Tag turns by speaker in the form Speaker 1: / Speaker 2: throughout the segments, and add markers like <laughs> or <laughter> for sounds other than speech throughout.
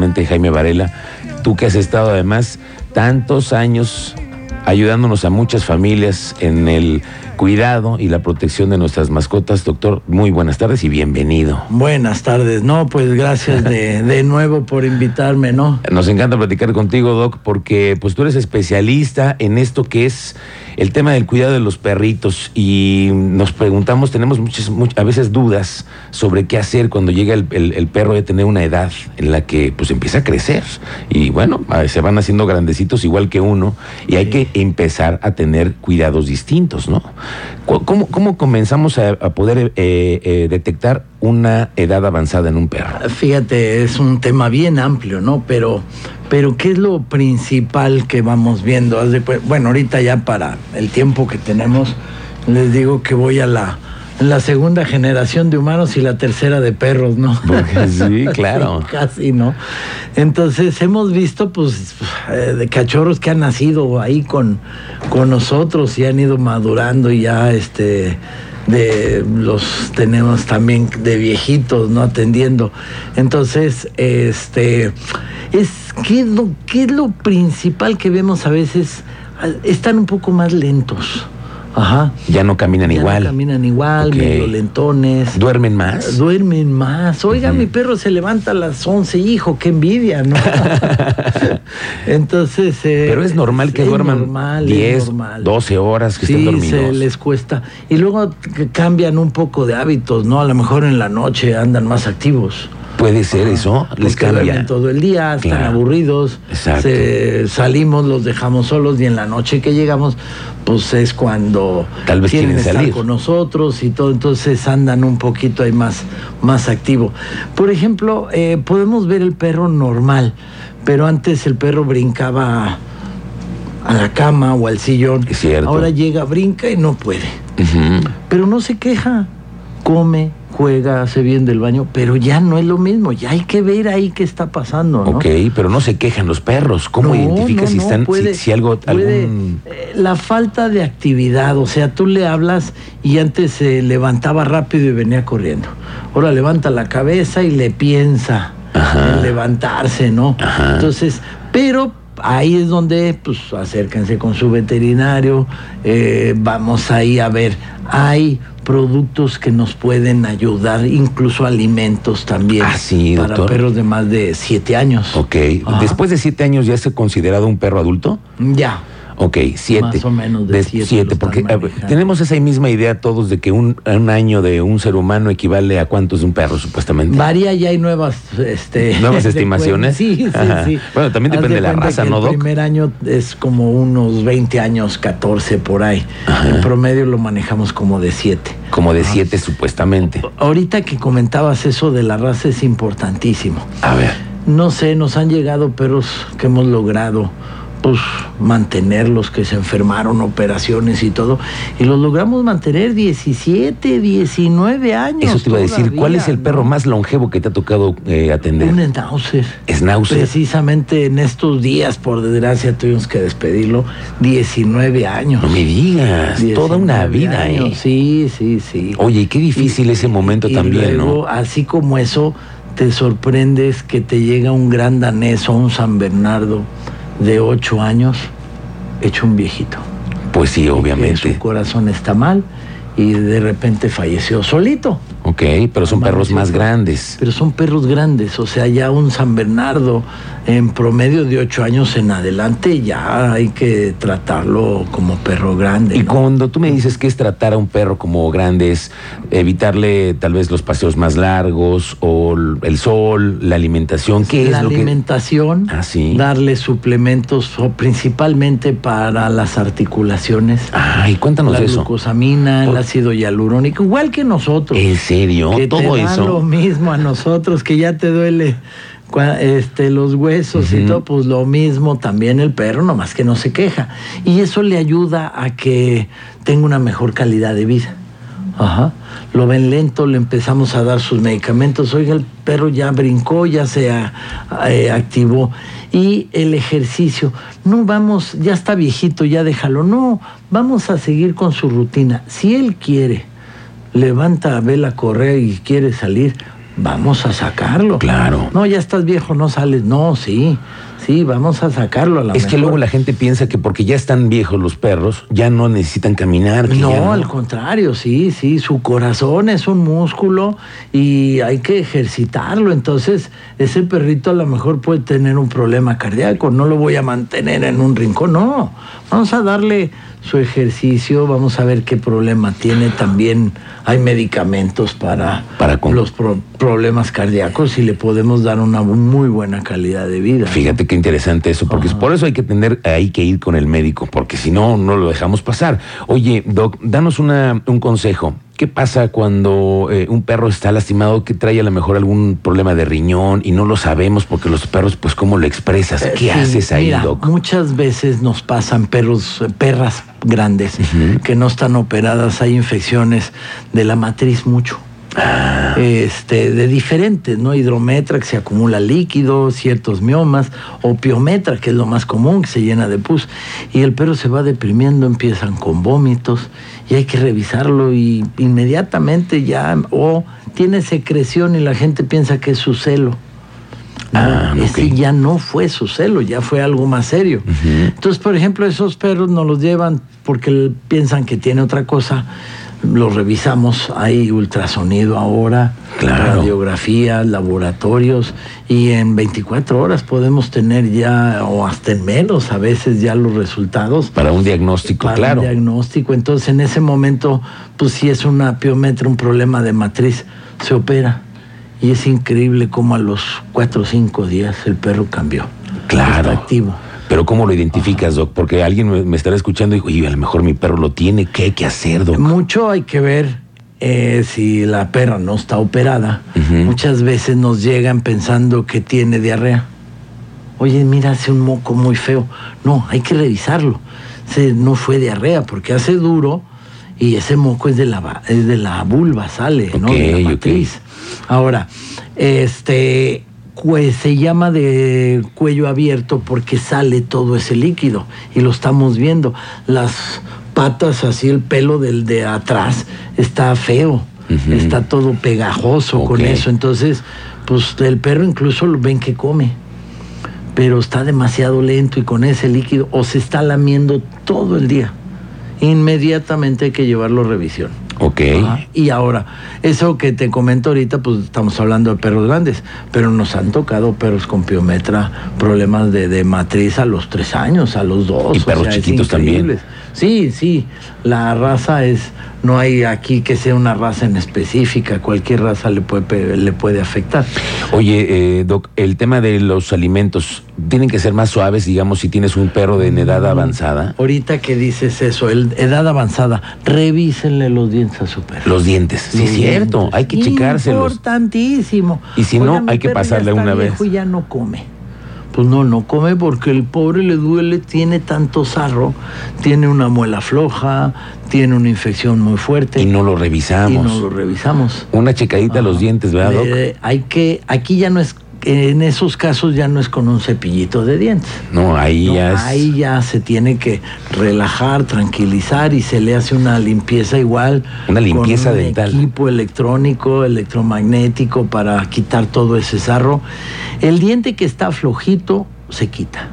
Speaker 1: presidente Jaime Varela, tú que has estado además tantos años ayudándonos a muchas familias en el cuidado y la protección de nuestras mascotas. Doctor, muy buenas tardes y bienvenido.
Speaker 2: Buenas tardes, no, pues gracias de, de, nuevo por invitarme, ¿no?
Speaker 1: Nos encanta platicar contigo, Doc, porque pues tú eres especialista en esto que es el tema del cuidado de los perritos y nos preguntamos, tenemos muchas, muchas a veces dudas sobre qué hacer cuando llega el, el, el, perro de tener una edad en la que pues empieza a crecer y bueno, se van haciendo grandecitos igual que uno y hay que empezar a tener cuidados distintos, ¿no? ¿Cómo, cómo comenzamos a, a poder eh, eh, detectar una edad avanzada en un
Speaker 2: <laughs>
Speaker 1: perro?
Speaker 2: Fíjate, es un tema bien amplio, ¿no? Pero, pero ¿qué es lo principal que vamos viendo? Bueno, ahorita ya para el tiempo que tenemos, les digo que voy a la la segunda generación de humanos y la tercera de perros, ¿no?
Speaker 1: Porque sí, claro.
Speaker 2: <laughs> Casi, ¿no? Entonces hemos visto, pues, de cachorros que han nacido ahí con, con nosotros y han ido madurando y ya, este, de los tenemos también de viejitos, ¿no? Atendiendo. Entonces, este, es, ¿qué es lo, qué es lo principal que vemos a veces? Están un poco más lentos. Ajá.
Speaker 1: Ya no caminan
Speaker 2: ya
Speaker 1: igual.
Speaker 2: No caminan Eh, igual, okay. medio lentones.
Speaker 1: ¿Duermen más?
Speaker 2: Duermen más. Oiga, uh -huh. mi perro se levanta a las 11, hijo, qué
Speaker 1: <laughs>
Speaker 2: envidia, ¿no? Entonces.
Speaker 1: Eh, Pero es normal que es duerman normal, 10, normal. 12 horas que
Speaker 2: sí,
Speaker 1: estén dormidos.
Speaker 2: Se les cuesta. Y luego cambian un poco de hábitos, ¿no? A lo mejor en la noche andan más activos.
Speaker 1: Puede ser Ajá. eso,
Speaker 2: les cambia. todo el día, están claro. aburridos, se, salimos, los dejamos solos y en la noche que llegamos, pues es cuando
Speaker 1: Tal vez quieren,
Speaker 2: estar
Speaker 1: salir.
Speaker 2: con nosotros y todo, entonces andan un poquito ahí más, más activo. Por ejemplo, eh, podemos ver el perro normal, pero antes el perro brincaba a la cama o al sillón.
Speaker 1: Es cierto.
Speaker 2: Ahora llega, brinca y no puede. Uh -huh. Pero no se queja, come, juega, hace bien del baño, pero ya no es lo mismo, ya hay que ver ahí qué está pasando. ¿no?
Speaker 1: Ok, pero no se quejan los perros, ¿cómo no, identificas no, si están, puede, si, si, algo...
Speaker 2: Puede, algún... eh, la falta de actividad, o sea, tú le hablas y antes se eh, levantaba rápido y venía corriendo, ahora levanta la cabeza y le piensa Ajá. en levantarse, ¿no? Ajá. Entonces, pero ahí es donde, pues, acérquense con su veterinario, eh, vamos ahí a ver, hay productos que nos pueden ayudar, incluso alimentos también.
Speaker 1: Ah, sí,
Speaker 2: para
Speaker 1: doctor.
Speaker 2: perros de más de siete años.
Speaker 1: Ok. Ajá. Después de siete años ya se considerado un perro adulto.
Speaker 2: Ya.
Speaker 1: Ok, siete.
Speaker 2: Más o menos de, de siete.
Speaker 1: siete porque ver, tenemos esa misma idea todos de que un, un, año de un ser humano equivale a cuántos de un perro, supuestamente.
Speaker 2: Varía y hay nuevas, este, <laughs>
Speaker 1: nuevas estimaciones.
Speaker 2: Sí, sí, Ajá. sí.
Speaker 1: Bueno, también Haz depende de, la raza, ¿no,
Speaker 2: Doc? El primer año es como unos 20 años, 14 por ahí. Ajá. En promedio lo manejamos como de siete.
Speaker 1: Como de Ajá. siete, supuestamente.
Speaker 2: Ahorita que comentabas eso de la raza es importantísimo.
Speaker 1: A ver.
Speaker 2: No sé, nos han llegado perros que hemos logrado pues mantenerlos que se enfermaron, operaciones y todo. Y los logramos mantener 17, 19 años.
Speaker 1: Eso te iba a decir, ¿cuál es el perro más longevo que te ha tocado eh, atender?
Speaker 2: Un pues, schnauzer.
Speaker 1: Schnauzer.
Speaker 2: Precisamente en estos días, por desgracia, tuvimos que despedirlo. 19 años.
Speaker 1: No me digas, toda una vida, años. ¿eh?
Speaker 2: Sí, sí, sí.
Speaker 1: Oye, qué difícil y, ese momento
Speaker 2: y
Speaker 1: también,
Speaker 2: luego,
Speaker 1: ¿no?
Speaker 2: Así como eso, te sorprendes que te llega un gran danés o un San Bernardo de ocho años hecho un viejito.
Speaker 1: Pues sí, obviamente.
Speaker 2: Su corazón está mal y de repente falleció solito.
Speaker 1: Ok, pero son Amaneció. perros más grandes.
Speaker 2: Pero son perros grandes, o sea, ya un San Bernardo en promedio de ocho años en adelante ya hay que tratarlo como perro grande.
Speaker 1: Y ¿no? cuando tú me dices que es tratar a un perro como grande es evitarle tal vez los paseos más largos o el sol, la alimentación, ¿qué
Speaker 2: la
Speaker 1: es
Speaker 2: lo alimentación,
Speaker 1: que... ah, ¿sí?
Speaker 2: darle suplementos principalmente para las articulaciones.
Speaker 1: Ay, cuéntanos
Speaker 2: la
Speaker 1: Ah, eso.
Speaker 2: La glucosamina, Por... el ácido hialurónico, igual que nosotros.
Speaker 1: ¿En serio?
Speaker 2: Que
Speaker 1: Eh, Todo
Speaker 2: te
Speaker 1: dan eso.
Speaker 2: lo mismo a nosotros que ya te duele este, los huesos uh -huh. y todo, pues lo mismo también el perro, nomás que no se queja. Y eso le ayuda a que tenga una mejor calidad de vida. Ajá. Lo ven lento, le empezamos a dar sus medicamentos. Oiga, el perro ya brincó, ya se a, a, eh, activó. Y el ejercicio. No vamos, ya está viejito, ya déjalo. No, vamos a seguir con su rutina. Si él quiere, levanta, ve la correa y quiere salir, vamos a sacarlo.
Speaker 1: Claro.
Speaker 2: No, ya estás viejo, no sales. No, sí, sí, vamos a sacarlo a la
Speaker 1: Es que
Speaker 2: mejor.
Speaker 1: luego la gente piensa que porque ya están viejos los perros, ya no necesitan caminar. que ya
Speaker 2: No, al contrario, sí, sí, su corazón es un músculo y hay que ejercitarlo. Entonces, ese perrito a lo mejor puede tener un problema cardíaco, no lo voy a mantener en un rincón, no. Vamos a darle su ejercicio, vamos a ver qué problema tiene. También hay medicamentos para,
Speaker 1: Para con-
Speaker 2: los pro- problemas cardíacos y le podemos dar una muy buena calidad de vida.
Speaker 1: Fíjate qué interesante eso, porque por eso hay que tener, hay que ir con el médico, porque si no, no lo dejamos pasar. Oye, Doc, danos una, un consejo. ¿Qué pasa cuando eh, un perro está lastimado que trae a lo mejor algún problema de riñón y no lo sabemos porque los perros, pues, ¿cómo lo expresas? ¿Qué
Speaker 2: Eh, Sí,
Speaker 1: haces ahí,
Speaker 2: mira,
Speaker 1: Doc?
Speaker 2: Muchas veces nos pasan perros, eh, perras grandes que no están operadas, hay infecciones de la matriz mucho.
Speaker 1: Ah.
Speaker 2: Este, de diferentes, ¿no? Hidrometra, que se acumula líquido, ciertos miomas, opiometra, que es lo más común, que se llena de pus. Y el perro se va deprimiendo, empiezan con vómitos, y hay que revisarlo y inmediatamente ya, o tiene secreción y la gente piensa que es su celo. No,
Speaker 1: Ah,
Speaker 2: ese
Speaker 1: ok.
Speaker 2: ya no fue su celo, ya fue algo más serio. Entonces, por ejemplo, esos perros no los llevan porque l- piensan que tiene otra cosa. Los revisamos, hay ultrasonido ahora,
Speaker 1: Claro.
Speaker 2: radiografías, laboratorios, y en 24 horas podemos tener ya, o hasta en menos a veces, ya los resultados
Speaker 1: Para un diagnóstico,
Speaker 2: para
Speaker 1: claro.
Speaker 2: un diagnóstico. Entonces, en ese momento, pues si es una piometra, un problema de matriz, se opera. Y es increíble cómo a los cuatro o cinco días el perro cambió.
Speaker 1: Claro.
Speaker 2: Está activo.
Speaker 1: Pero ¿cómo lo identificas, Doc? Porque alguien me, me estará escuchando y dijo, y a lo mejor mi perro lo tiene, ¿qué hay que hacer, Doc?
Speaker 2: Mucho hay que ver eh, si la perra no está operada.
Speaker 1: Ujú.
Speaker 2: Muchas veces nos llegan pensando que tiene diarrea. Oye, mira, hace un moco muy feo. No, hay que revisarlo. Se- no fue diarrea porque hace duro y ese moco es de la, va- es de la vulva, sale, ¿no? De la
Speaker 1: Ok, ok.
Speaker 2: matriz. Ahora, este, pues se llama de cuello abierto porque sale todo ese líquido y lo estamos viendo. Las patas, así el pelo del de atrás está feo,
Speaker 1: Ujú.
Speaker 2: está todo pegajoso con
Speaker 1: Ok.
Speaker 2: eso. Entonces, pues el perro incluso lo ven que come. Pero está demasiado lento y con ese líquido o se está lamiendo todo el día. Inmediatamente hay que llevarlo a revisión.
Speaker 1: Ok.
Speaker 2: Ajá. Y ahora, eso que te comento ahorita, pues estamos hablando de perros grandes, pero nos han tocado perros con piometra, problemas de, de matriz a los tres años, a los dos.
Speaker 1: Y
Speaker 2: o
Speaker 1: perros
Speaker 2: sea, es
Speaker 1: chiquitos también.
Speaker 2: increíble. Sí, sí, la raza es, no hay aquí que sea una raza en específica, cualquier raza le puede, pe- le puede afectar.
Speaker 1: Oye, eh, Doc, el tema de los alimentos, ¿tienen que ser más suaves, digamos, si tienes un perro de en
Speaker 2: Mm.
Speaker 1: edad avanzada?
Speaker 2: Ahorita que dices eso, el, edad avanzada, revísenle los dientes a su perro.
Speaker 1: Los dientes, sí, es
Speaker 2: Los
Speaker 1: cierto,
Speaker 2: dientes.
Speaker 1: hay que checárselos.
Speaker 2: Importantísimo.
Speaker 1: Y si no,
Speaker 2: mi
Speaker 1: hay que
Speaker 2: perro ya
Speaker 1: pasarle
Speaker 2: está
Speaker 1: una vez.
Speaker 2: viejo Y ya no come. Pues no, no come porque el pobre le duele, tiene tanto sarro, tiene una muela floja, tiene una infección muy fuerte
Speaker 1: Y no lo
Speaker 2: y
Speaker 1: revisamos.
Speaker 2: no lo revisamos.
Speaker 1: Una checadita a los dientes, ¿verdad, Doc?
Speaker 2: Eh, hay que, aquí ya no es, en esos casos ya no es con un cepillito de dientes.
Speaker 1: No, ahí
Speaker 2: No,
Speaker 1: ya es.
Speaker 2: Ahí ya se tiene que relajar, tranquilizar y se le hace una limpieza igual.
Speaker 1: Una limpieza
Speaker 2: con un
Speaker 1: dental.
Speaker 2: Equipo electrónico, electromagnético para quitar todo ese sarro. El diente que está flojito se quita.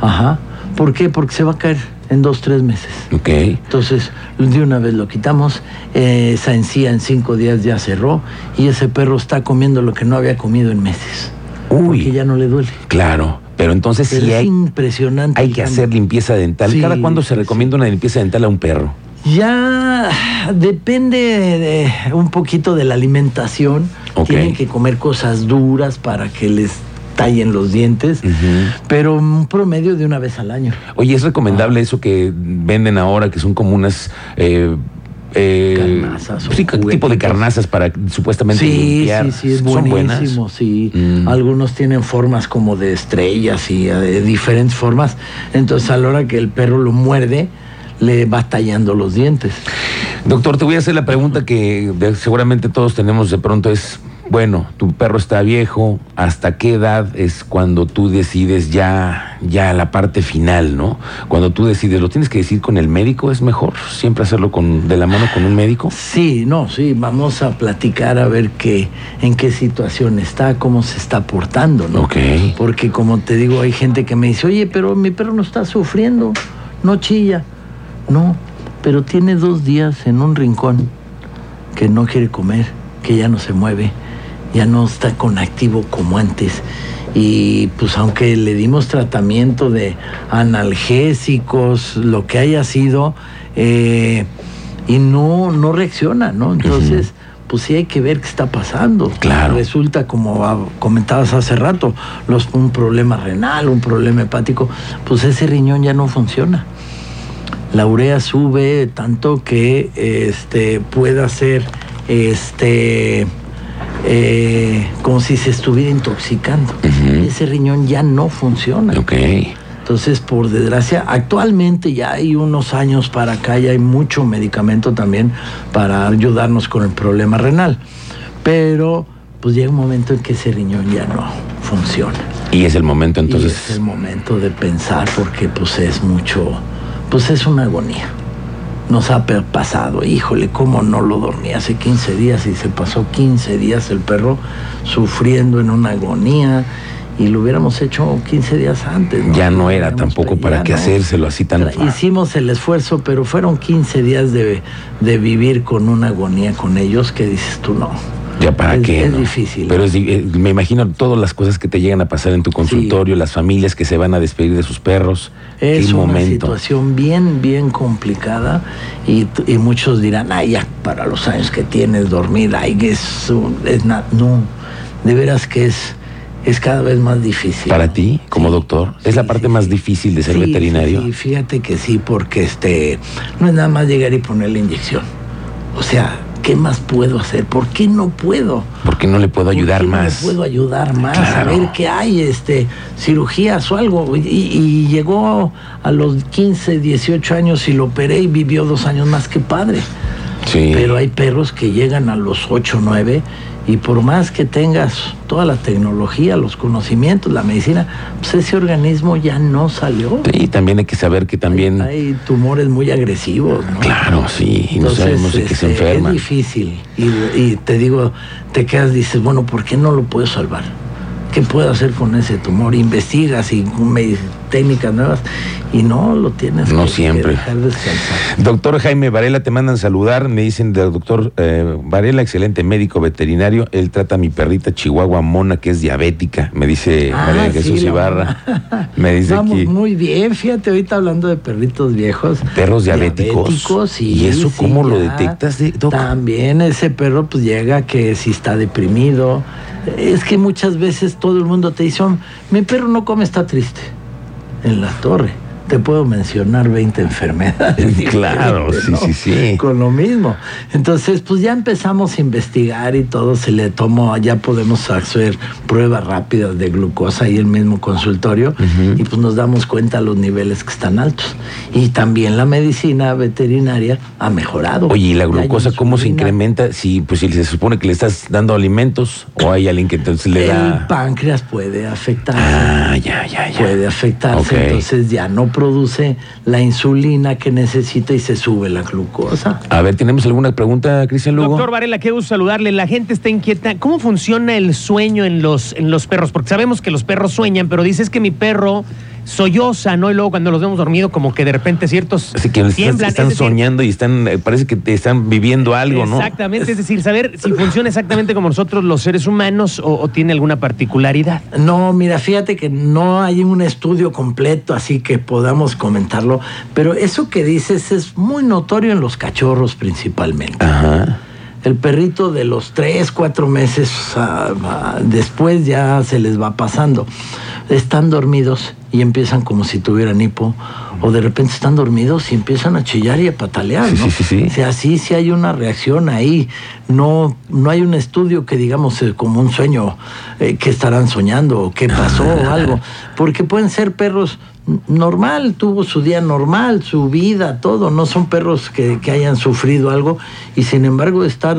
Speaker 2: Ajá. ¿Por qué? Porque se va a caer en dos, tres meses.
Speaker 1: Ok.
Speaker 2: Entonces, de una vez lo quitamos, eh, esa encía en cinco días ya cerró y ese perro está comiendo lo que no había comido en meses. Porque
Speaker 1: Uy,
Speaker 2: ya no le duele.
Speaker 1: claro. Pero entonces
Speaker 2: Pero
Speaker 1: sí
Speaker 2: es
Speaker 1: hay,
Speaker 2: impresionante.
Speaker 1: hay
Speaker 2: el
Speaker 1: que
Speaker 2: cambio.
Speaker 1: hacer limpieza dental.
Speaker 2: Sí,
Speaker 1: ¿Cada cuándo
Speaker 2: sí,
Speaker 1: se recomienda una limpieza dental a un perro?
Speaker 2: Ya depende de- un poquito de la alimentación.
Speaker 1: Ok.
Speaker 2: Tienen que comer cosas duras para que les tallen los dientes,
Speaker 1: Mm. Ujú.
Speaker 2: pero un promedio de una vez al año.
Speaker 1: Oye, ¿es
Speaker 2: Ah.
Speaker 1: recomendable eso que venden ahora, que son como unas... eh, eh,
Speaker 2: Carnazas o
Speaker 1: sí, ca- tipo de
Speaker 2: juguetitos.
Speaker 1: carnazas para supuestamente
Speaker 2: Sí,
Speaker 1: limpiar.
Speaker 2: sí, sí, es
Speaker 1: ¿Son buenas?
Speaker 2: buenísimo, sí.
Speaker 1: Mm.
Speaker 2: Algunos tienen formas como de estrellas y eh, de diferentes formas. Entonces, a la hora que el perro lo muerde, le va tallando los dientes.
Speaker 1: Doctor, te voy a hacer la pregunta que de- seguramente todos tenemos de pronto es bueno, tu perro está viejo, hasta qué edad es cuando tú decides ya, ya la parte final, ¿no? Cuando tú decides, lo tienes que decir con el médico, es mejor siempre hacerlo con, de la mano con un médico.
Speaker 2: Sí, no, sí, vamos a platicar a ver qué, en qué situación está, cómo se está portando, ¿no?
Speaker 1: Ok.
Speaker 2: Porque como te digo, hay gente que me dice, oye, pero mi perro no está sufriendo, no chilla. No, pero tiene dos días en un rincón que no quiere comer, que ya no se mueve, ya no está con activo como antes. Y pues aunque le dimos tratamiento de analgésicos, lo que haya sido, eh, y no, no reacciona, ¿no? Entonces, pues sí hay que ver qué está pasando.
Speaker 1: Claro.
Speaker 2: Resulta, como ah, comentabas hace rato, los, un problema renal, un problema hepático, pues ese riñón ya no funciona la urea sube tanto que este, pueda ser este, eh, como si se estuviera intoxicando.
Speaker 1: Ujú.
Speaker 2: Ese riñón ya no funciona.
Speaker 1: Ok.
Speaker 2: Entonces, por desgracia, actualmente ya hay unos años para acá, ya hay mucho medicamento también para ayudarnos con el problema renal. Pero, pues llega un momento en que ese riñón ya no funciona.
Speaker 1: Y es el momento entonces.
Speaker 2: Y es el momento de pensar porque pues es mucho, pues es una agonía. Nos ha pe- pasado, híjole, cómo no lo dormí hace 15 días y se pasó 15 días el perro sufriendo en una agonía y lo hubiéramos hecho 15 días antes.
Speaker 1: Ya no era
Speaker 2: Hubiéramos
Speaker 1: tampoco
Speaker 2: pe-
Speaker 1: para
Speaker 2: ya
Speaker 1: qué
Speaker 2: no.
Speaker 1: hacérselo así tan
Speaker 2: Tra- Hicimos el esfuerzo, pero fueron 15 días de, de vivir con una agonía con ellos que dices tú no.
Speaker 1: Ya para
Speaker 2: es-
Speaker 1: qué.
Speaker 2: es
Speaker 1: ¿no?
Speaker 2: difícil.
Speaker 1: Pero es di- eh, me imagino todas las cosas que te llegan a pasar en tu consultorio, las familias que se van a despedir de sus perros.
Speaker 2: Es
Speaker 1: qué
Speaker 2: una
Speaker 1: momento.
Speaker 2: situación bien, bien complicada y, t- y muchos dirán, ay, ya para los años que tienes dormir, ay, que es, un- es na-". No, de veras que es, es cada vez más difícil.
Speaker 1: Para ti, como doctor, es la parte más difícil de ser
Speaker 2: Sí,
Speaker 1: veterinario.
Speaker 2: Sí, fíjate que sí, porque este, no es nada más llegar y poner la inyección. O sea, ¿qué más puedo hacer? ¿Por qué no puedo?
Speaker 1: Porque no le puedo
Speaker 2: ¿Por
Speaker 1: ayudar
Speaker 2: qué no
Speaker 1: más.
Speaker 2: puedo ayudar más,
Speaker 1: Claro.
Speaker 2: a ver qué hay, este, cirugías o algo. Y, y llegó a los 15, 18 años y lo operé y vivió dos años más que padre.
Speaker 1: Sí.
Speaker 2: Pero hay perros que llegan a los 8, 9 y por más que tengas toda la tecnología, los conocimientos, la medicina, pues ese organismo ya no salió.
Speaker 1: Sí, y también hay que saber que también.
Speaker 2: Hay tumores muy agresivos, ¿no?
Speaker 1: Claro, sí. Y no
Speaker 2: Entonces,
Speaker 1: sabemos de qué se
Speaker 2: este,
Speaker 1: enferma.
Speaker 2: Es difícil. Y, y te digo, te quedas, dices, bueno, ¿por qué no lo puedo salvar? ¿Qué puedo hacer con ese tumor? Investigas y me- técnicas nuevas. Y no lo tienes
Speaker 1: No
Speaker 2: que- que
Speaker 1: siempre.
Speaker 2: dejar descansar.
Speaker 1: Doctor Jaime Varela, te mandan saludar. Me dicen del doctor eh, Varela, excelente médico veterinario. Él trata a mi perrita Chihuahua Mona, que es diabética. Me dice
Speaker 2: Ah,
Speaker 1: María de
Speaker 2: sí,
Speaker 1: Jesús
Speaker 2: la
Speaker 1: Ibarra.
Speaker 2: mamá.
Speaker 1: Me dice
Speaker 2: Vamos
Speaker 1: aquí.
Speaker 2: muy bien, fíjate, ahorita hablando de perritos viejos.
Speaker 1: Perros diabéticos.
Speaker 2: sí,
Speaker 1: ¿Y eso
Speaker 2: sí,
Speaker 1: cómo lo
Speaker 2: ya.
Speaker 1: detectas, de- doc?
Speaker 2: También ese perro pues llega que si está deprimido. Es que muchas veces todo el mundo te dice, "Oh, mi perro no come, está triste. En la torre. Te puedo mencionar 20 enfermedades. <laughs>
Speaker 1: Claro,
Speaker 2: diferentes,
Speaker 1: sí, sí, sí.
Speaker 2: Con lo mismo. Entonces, pues ya empezamos a investigar y todo se le tomó, ya podemos hacer pruebas rápidas de glucosa ahí en el mismo consultorio y pues nos damos cuenta los niveles que están altos. Y también la medicina veterinaria ha mejorado.
Speaker 1: Oye, ¿y la
Speaker 2: Ya hay
Speaker 1: glucosa cómo se
Speaker 2: insulina.
Speaker 1: incrementa? Si, pues, si se supone que le estás dando alimentos o hay alguien que entonces le
Speaker 2: El
Speaker 1: da.
Speaker 2: páncreas puede afectarse.
Speaker 1: Ah, ya, ya, ya.
Speaker 2: puede afectarse,
Speaker 1: Ok.
Speaker 2: entonces ya no produce la insulina que necesita y se sube la glucosa.
Speaker 1: A ver, ¿tenemos alguna pregunta, Cristian Lugo?
Speaker 3: Doctor Varela, qué gusto saludarle. La gente está inquieta. ¿Cómo funciona el sueño en los, en los perros? Porque sabemos que los perros sueñan, pero dices que mi perro solloza, ¿no? Y luego cuando los vemos dormido, como que de repente ciertos
Speaker 1: Así que están,
Speaker 3: tiemblan.
Speaker 1: están
Speaker 3: Es decir,
Speaker 1: soñando y están, eh, parece que te están viviendo algo, ¿no? <laughs>
Speaker 3: Exactamente, es decir, saber si funciona exactamente como nosotros los seres humanos o, o tiene alguna particularidad.
Speaker 2: No, mira, fíjate que no hay un estudio completo, así que podamos comentarlo, pero eso que dices es muy notorio en los cachorros principalmente.
Speaker 1: Ajá.
Speaker 2: El perrito de los 3, 4 meses ah, ah, después ya se les va pasando. Están dormidos y empiezan como si tuvieran hipo, o de repente están dormidos y empiezan a chillar y a patalear.
Speaker 1: Sí,
Speaker 2: ¿no?
Speaker 1: sí, sí, sí.
Speaker 2: O sea, sí, sí hay una reacción ahí. No, no hay un estudio que digamos eh, como un sueño eh, que estarán soñando o qué pasó
Speaker 1: <laughs>
Speaker 2: o algo. Porque pueden ser perros n- normal, tuvo su día normal, su vida, todo. No son perros que, que hayan sufrido algo y sin embargo estar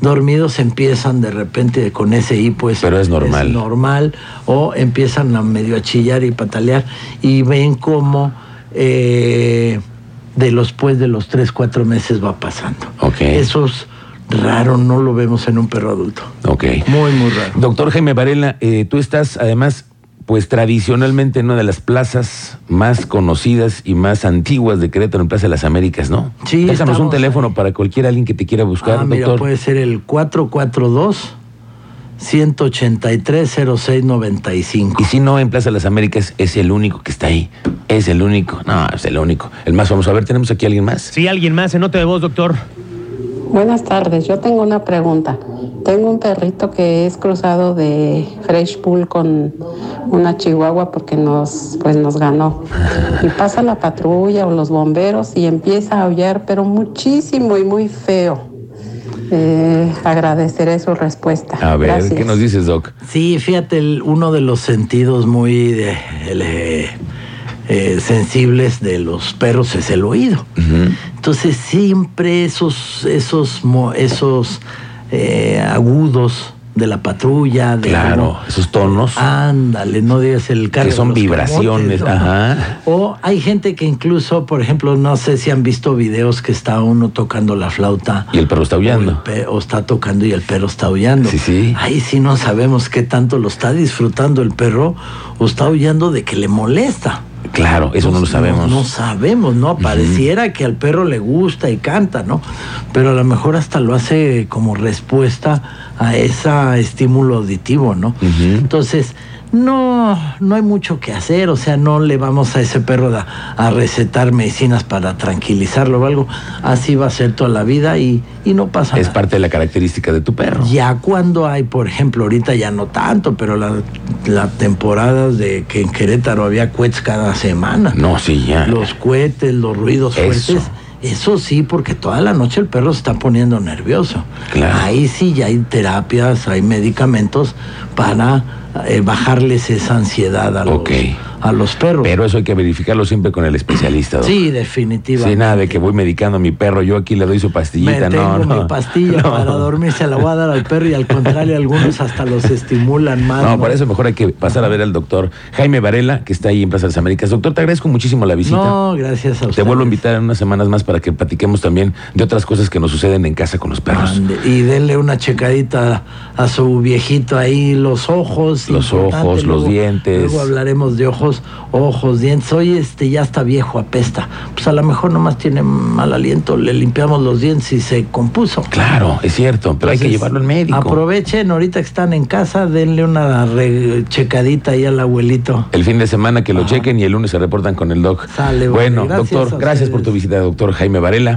Speaker 2: dormidos empiezan de repente con ese hipo. ese-
Speaker 1: Pero es normal.
Speaker 2: normal. O empiezan a medio a chillar y patalear y ven cómo eh, de los pues de los tres, cuatro meses va pasando.
Speaker 1: Ok.
Speaker 2: Eso es raro, no lo vemos en un perro adulto.
Speaker 1: Ok.
Speaker 2: Muy, muy raro.
Speaker 1: Doctor Jaime Varela, eh, tú estás además, pues tradicionalmente en una de las plazas más conocidas y más antiguas de Querétaro, en Plaza de las Américas, ¿no?
Speaker 2: Sí,
Speaker 1: Déjanos un
Speaker 2: estamos
Speaker 1: teléfono para cualquier alguien que te quiera buscar,
Speaker 2: Ah, mira,
Speaker 1: doctor.
Speaker 2: puede ser el 442 183 0695.
Speaker 1: Y si no, en Plaza de las Américas es el único que está ahí. Es el único. No, es el único. El más famoso. A ver, ¿tenemos aquí a alguien más?
Speaker 3: Sí, alguien más, se nota de voz, doctor.
Speaker 4: Buenas tardes, yo tengo una pregunta. Tengo un perrito que es cruzado de Fresh Bull con una chihuahua porque nos, pues nos ganó. Y pasa la patrulla o los bomberos y empieza a aullar, pero muchísimo y muy feo. Eh, agradeceré su respuesta.
Speaker 1: A ver,
Speaker 4: Gracias.
Speaker 1: ¿qué nos dices, Doc?
Speaker 2: Sí, fíjate, el- uno de los sentidos muy de- el, eh, eh, sensibles de los perros es el oído. Entonces siempre esos, esos, mo- esos eh, agudos de la patrulla, de
Speaker 1: Claro,
Speaker 2: algo,
Speaker 1: esos tonos.
Speaker 2: Ah. Ándale, no digas el cargo.
Speaker 1: son
Speaker 2: de los
Speaker 1: vibraciones,
Speaker 2: camotes, ¿no?
Speaker 1: ajá.
Speaker 2: O hay gente que incluso, por ejemplo, no sé si han visto videos que está uno tocando la flauta.
Speaker 1: Y el perro está
Speaker 2: O, el
Speaker 1: aullando.
Speaker 2: pe- o está tocando y el perro está aullando.
Speaker 1: Sí, sí.
Speaker 2: Ahí sí no sabemos qué tanto lo está disfrutando el perro o está aullando de que le molesta.
Speaker 1: Claro, eso no lo sabemos.
Speaker 2: No, sabemos, ¿no? Pareciera que al perro le gusta y canta, ¿no? Pero a lo mejor hasta lo hace como respuesta a ese estímulo auditivo, ¿no?
Speaker 1: Ujú.
Speaker 2: Entonces, no, no hay mucho que hacer, o sea, no le vamos a ese perro a, a recetar medicinas para tranquilizarlo o algo. Así va a ser toda la vida y, y no pasa
Speaker 1: Es
Speaker 2: nada.
Speaker 1: parte de la característica de tu perro.
Speaker 2: Ya cuando hay, por ejemplo, ahorita ya no tanto, pero la, la temporada de que en Querétaro había cuets cada semana
Speaker 1: No, sí, ya.
Speaker 2: los cohetes, los ruidos
Speaker 1: Eso.
Speaker 2: fuertes. Eso sí, porque toda la noche el perro se está poniendo nervioso.
Speaker 1: Claro.
Speaker 2: Ahí sí ya hay terapias, hay medicamentos para eh, bajarles esa ansiedad a los,
Speaker 1: Ok.
Speaker 2: a los perros.
Speaker 1: Pero eso hay que verificarlo siempre con el especialista. Doc.
Speaker 2: sí,
Speaker 1: Sí,
Speaker 2: definitivamente.
Speaker 1: nada de que voy medicando a mi perro, yo aquí le doy su
Speaker 2: Me
Speaker 1: pastillita, no,
Speaker 2: tengo
Speaker 1: no.
Speaker 2: mi
Speaker 1: <laughs>
Speaker 2: pastilla
Speaker 1: No.
Speaker 2: para dormir, se la voy a dar al perro y al contrario, algunos hasta los estimulan más.
Speaker 1: No, para eso mejor hay que pasar a ver al doctor Jaime Varela, que está ahí en Plaza de las Américas. Doctor, te agradezco muchísimo la visita.
Speaker 2: No, gracias a usted.
Speaker 1: te vuelvo a invitar en unas semanas más para que platiquemos también de otras cosas que nos suceden en casa con los perros.
Speaker 2: Ande, y denle una checadita a su viejito ahí, los ojos.
Speaker 1: Los
Speaker 2: importante,
Speaker 1: ojos, los dientes.
Speaker 2: Luego hablaremos de ojos, ojos, dientes. Oye, este ya está viejo, apesta. Pues a lo mejor nomás tiene mal aliento, le limpiamos los dientes y se compuso.
Speaker 1: Claro, es cierto, pero hay que
Speaker 2: Entonces,
Speaker 1: llevarlo al médico.
Speaker 2: Aprovechen, ahorita que están en casa, denle una re- checadita ahí al abuelito.
Speaker 1: El fin de semana que lo chequen y el lunes se reportan con el doc.
Speaker 2: Ah. Sale, vale.
Speaker 1: bueno,
Speaker 2: Gracias a
Speaker 1: doctor, gracias por
Speaker 2: ustedes.
Speaker 1: tu visita, doctor Jaime Varela.